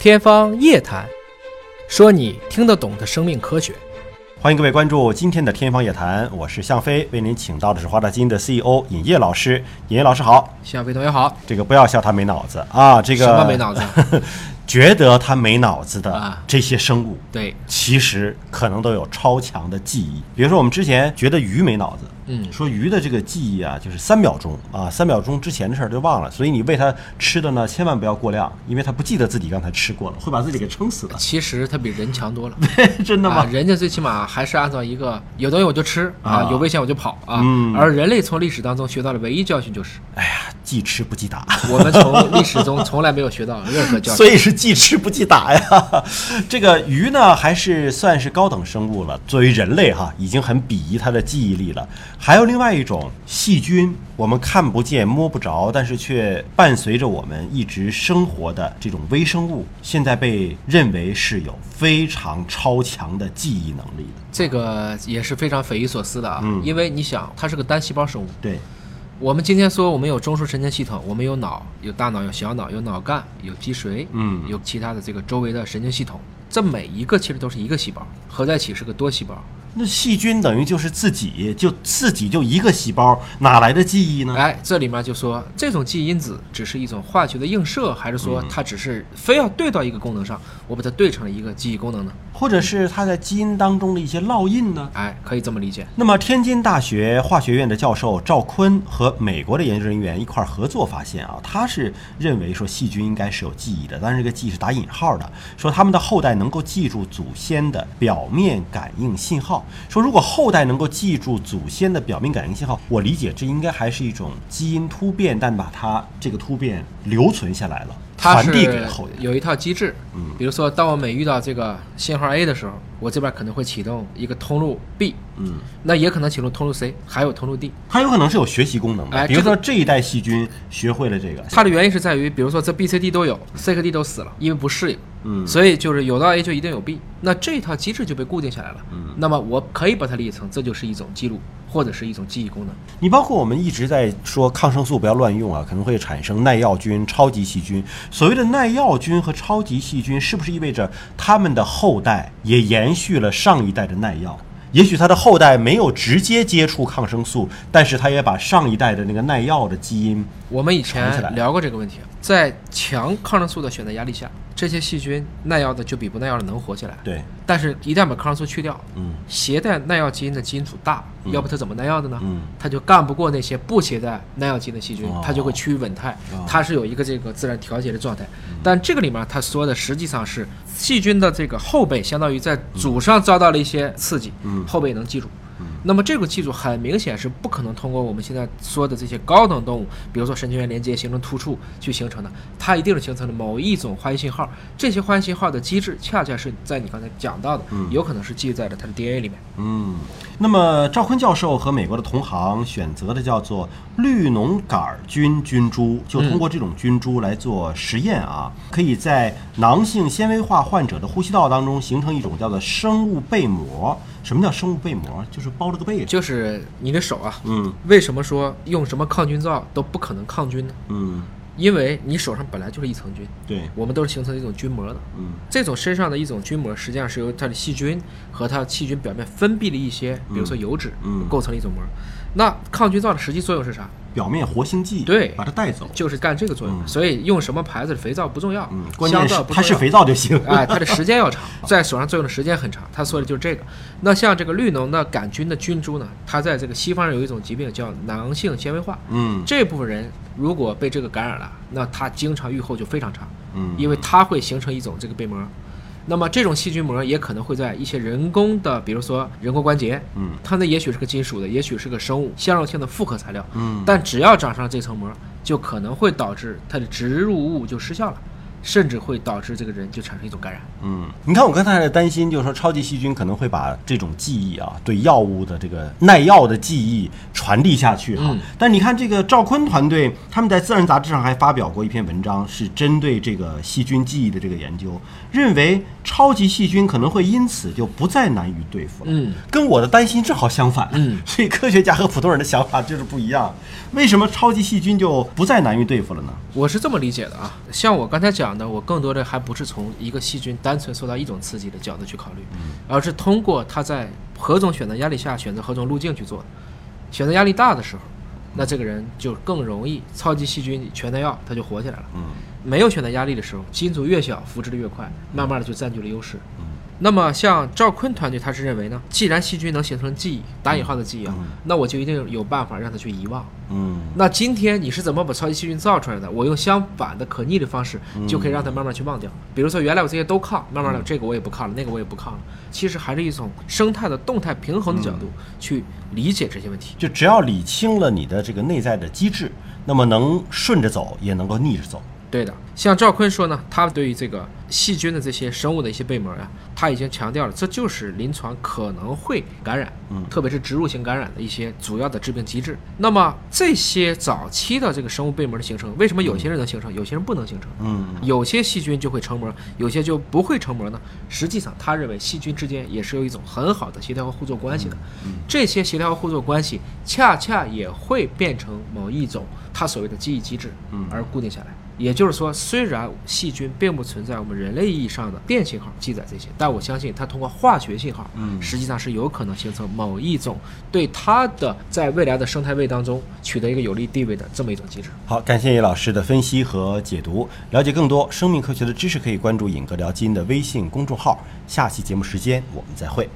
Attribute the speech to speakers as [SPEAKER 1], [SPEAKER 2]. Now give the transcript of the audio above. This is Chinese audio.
[SPEAKER 1] 天方夜谭，说你听得懂的生命科学。
[SPEAKER 2] 欢迎各位关注今天的《天方夜谭》，我是向飞，为您请到的是华大基因的 CEO 尹烨老师。尹烨老师好，
[SPEAKER 1] 小飞同学好，
[SPEAKER 2] 这个不要笑他没脑子啊，这个
[SPEAKER 1] 什么没 脑子？
[SPEAKER 2] 觉得他没脑子的
[SPEAKER 1] 啊
[SPEAKER 2] 这些生物，
[SPEAKER 1] 对，
[SPEAKER 2] 其实可能都有超强的记忆。比如说我们之前觉得鱼没脑子，
[SPEAKER 1] 嗯。
[SPEAKER 2] 说鱼的这个记忆啊，就是三秒钟啊，三秒钟之前的事儿就忘了，所以你喂它吃的呢，千万不要过量，因为它不记得自己刚才吃过了，会把自己给撑死的
[SPEAKER 1] 其实他比人强多了。
[SPEAKER 2] 真的
[SPEAKER 1] 啊
[SPEAKER 2] 吗？，
[SPEAKER 1] 人家最起码还是按照一个有东西我就吃啊，
[SPEAKER 2] 啊
[SPEAKER 1] 有危险我就跑啊。
[SPEAKER 2] 嗯
[SPEAKER 1] 而人类从历史当中学到的唯一教训 就是，
[SPEAKER 2] 哎呀，记吃不记打。
[SPEAKER 1] 我们从历史中从来没有学到任何教训。
[SPEAKER 2] 所以是既吃不记打呀。 这个鱼呢，还是算是高等生物了。作为人类哈，已经很鄙夷它的记忆力了。还有另外一种细菌，我们看不见、摸不着，但是却伴随着我们一直生活的这种微生物，现在被认为是有非常超强的记忆能力的。
[SPEAKER 1] 这个也是非常匪夷所思的啊，
[SPEAKER 2] 嗯
[SPEAKER 1] 因为你想，它是个单细胞生物。
[SPEAKER 2] 对，
[SPEAKER 1] 我们今天说我们有中枢神经系统，我们有脑、有大脑、有小脑、有脑干、有脊髓，
[SPEAKER 2] 嗯
[SPEAKER 1] 有其他的这个周围的神经系统，这每一个其实都是一个细胞，合在一起是个多细胞。
[SPEAKER 2] 那细菌等于就是自己，就自己就一个细胞，哪来的记忆呢？
[SPEAKER 1] 哎，这里面就说这种记忆因子只是一种化学的映射，还是
[SPEAKER 2] 嗯
[SPEAKER 1] 说它只是非要对到一个功能上，我把它对成了一个记忆功能呢？
[SPEAKER 2] 或者是它在基因当中的一些烙印呢？
[SPEAKER 1] 哎，可以这么理解。
[SPEAKER 2] 那么，天津大学化学院的教授赵坤和美国的研究人员一块儿合作发现啊，他是认为说细菌应该是有记忆的，但是这个记忆是打引号的，说他们的后代能够记住祖先的表面感应信号。说如果后代能够记住祖先的表面感应信号，我理解这应该还是一种基因突变，但把它这个突变留存下来了，
[SPEAKER 1] 它
[SPEAKER 2] 传
[SPEAKER 1] 是
[SPEAKER 2] 递给后人。嗯
[SPEAKER 1] 有一套机制，比如说，当我每遇到这个信号 A 的时候，我这边可能会启动一个通路 B，嗯，那也可能启动通路 C，还有通路 D。
[SPEAKER 2] 它有可能是有学习功能的，
[SPEAKER 1] 哎
[SPEAKER 2] 比如
[SPEAKER 1] 这
[SPEAKER 2] 说
[SPEAKER 1] 个
[SPEAKER 2] 这一代细菌学会了这个，
[SPEAKER 1] 它的原因是在于，比如说这 B、C、D 都有，C 和 D 都死了，因为不适应，
[SPEAKER 2] 嗯
[SPEAKER 1] 所以就是有到 A 就一定有 B，那这套机制就被固定下来了，嗯，那么我可以把它理解成这就是一种记录或者是一种记忆功能，
[SPEAKER 2] 你包括我们一直在说抗生素不要乱用啊，可能会产生耐药菌、超级细菌。所谓的耐药菌和超级细菌，是不是意味着他们的后代也延续了上一代的耐药？也许他的后代没有直接接触抗生素，但是他也把上一代的那个耐药的基因，
[SPEAKER 1] 我们以
[SPEAKER 2] 藏起来
[SPEAKER 1] 前聊过这个问题，在强抗生素的选择压力下，这些细菌耐药的就比不耐药的能活下来。
[SPEAKER 2] 对，
[SPEAKER 1] 但是，一旦把抗生素去掉，
[SPEAKER 2] 嗯，
[SPEAKER 1] 携带耐药基因的基因组大，要不它怎么耐药的呢？
[SPEAKER 2] 嗯
[SPEAKER 1] 它就干不过那些不携带耐药基因的细菌
[SPEAKER 2] 哦，
[SPEAKER 1] 它就会趋于稳态，它是有一个这个自然调节的状态。但这个里面它说的实际上是细菌的这个后背，相当于在祖上遭到了一些刺激，后背能记住。那么这个技术很明显是不可能通过我们现在说的这些高等动物，比如说神经元连接形成突触去形成的，它一定是形成了某一种化学信号。这些化学信号的机制，恰恰是在你刚才讲到的，有可能是记在了它的 DNA 里面。
[SPEAKER 2] 嗯，那么赵坤教授和美国的同行选择的叫做绿脓杆菌菌株，就通过这种菌株来做实验啊，可以在囊性纤维化患者的呼吸道当中形成一种叫做生物被膜。什么叫生物被膜？就是包了个被。
[SPEAKER 1] 就是你的手啊，
[SPEAKER 2] 嗯
[SPEAKER 1] 为什么说用什么抗菌皂都不可能抗菌呢？
[SPEAKER 2] 嗯，
[SPEAKER 1] 因为你手上本来就是一层菌，
[SPEAKER 2] 对，
[SPEAKER 1] 我们都是形成一种菌膜的。
[SPEAKER 2] 嗯
[SPEAKER 1] 这种身上的一种菌膜，实际上是由它的细菌和它细菌表面分泌了一些，比如说油脂，
[SPEAKER 2] 嗯嗯
[SPEAKER 1] 构成了一种膜。那抗菌皂的实际作用是啥？
[SPEAKER 2] 表面活性剂，
[SPEAKER 1] 对
[SPEAKER 2] 把它带走。
[SPEAKER 1] 就是干这个作用。
[SPEAKER 2] 嗯
[SPEAKER 1] 所以用什么牌子的肥皂不重要，
[SPEAKER 2] 嗯，关
[SPEAKER 1] 香
[SPEAKER 2] 键
[SPEAKER 1] 皂
[SPEAKER 2] 是
[SPEAKER 1] 不重要
[SPEAKER 2] 它是肥皂就行。
[SPEAKER 1] 哎，它的时间要长， 在手上作用的时间很长。他说的就是这个。那像这个绿脓的杆菌的菌株呢，它在这个西方人有一种疾病叫囊性纤维化，
[SPEAKER 2] 嗯
[SPEAKER 1] 这部分人如果被这个感染了，那他经常预后就非常差，
[SPEAKER 2] 嗯
[SPEAKER 1] 因为它会形成一种这个被膜。那么这种细菌膜也可能会在一些人工的，比如说人工关节，
[SPEAKER 2] 嗯，
[SPEAKER 1] 它那也许是个金属的，也许是个生物相容性的复合材料，
[SPEAKER 2] 嗯
[SPEAKER 1] 但只要长上了这层膜，就可能会导致它的植入物就失效了，甚至会导致这个人就产生一种感染。
[SPEAKER 2] 嗯，你看我刚才还在担心，就是说超级细菌可能会把这种记忆啊，对药物的这个耐药的记忆传递下去哈、
[SPEAKER 1] 嗯
[SPEAKER 2] 但你看这个赵坤团队，他们在《自然》杂志上还发表过一篇文章，是针对这个细菌记忆的这个研究，认为超级细菌可能会因此就不再难于对付了。
[SPEAKER 1] 嗯，
[SPEAKER 2] 跟我的担心正好相反。
[SPEAKER 1] 嗯，
[SPEAKER 2] 所以科学家和普通人的想法就是不一样。为什么超级细菌就不再难于对付了呢？
[SPEAKER 1] 我是这么理解的啊，像我刚才讲讲的，我更多的还不是从一个细菌单纯受到一种刺激的角度去考虑，而是通过它在何种选择压力下选择何种路径去做的。选择压力大的时候，那这个人就更容易超级细菌全耐药，他就活起来了。
[SPEAKER 2] 嗯
[SPEAKER 1] 没有选择压力的时候，基因组越小，复制的越快，慢慢的就占据了优势。那么像赵坤团队，他是认为呢，既然细菌能形成记忆（打引号的记忆）啊，那我就一定有办法让它去遗忘。
[SPEAKER 2] 嗯
[SPEAKER 1] 那今天你是怎么把超级细菌造出来的？我用相反的可逆的方式，就可以让它慢慢去忘掉。比如说，原来我这些都抗，慢慢的这个我也不抗了，那个我也不抗了。其实还是一种生态的动态平衡的角度去理解这些问题。
[SPEAKER 2] 就只要理清了你的这个内在的机制，那么能顺着走，也能够逆着走。
[SPEAKER 1] 对的，像赵坤说呢，他对于这个细菌的这些生物的一些被膜啊，他已经强调了，这就是临床可能会感染，嗯，特别是植入性感染的一些主要的致病机制。那么这些早期的这个生物被膜的形成，为什么有些人能形成，有些人不能形成？
[SPEAKER 2] 嗯，
[SPEAKER 1] 有些细菌就会成膜，有些就不会成膜呢？实际上，他认为细菌之间也是有一种很好的协调和互作关系的。这些协调和互作关系，恰恰也会变成某一种他所谓的记忆机制，而固定下来。也就是说，虽然细菌并不存在我们人类意义上的电信号记载这些，但我相信它通过化学信号，实际上是有可能形成某一种对它的在未来的生态位当中取得一个有利地位的这么一种机制。
[SPEAKER 2] 好，感谢叶老师的分析和解读。了解更多生命科学的知识，可以关注“尹哥聊基因”的微信公众号。下期节目时间，我们再会。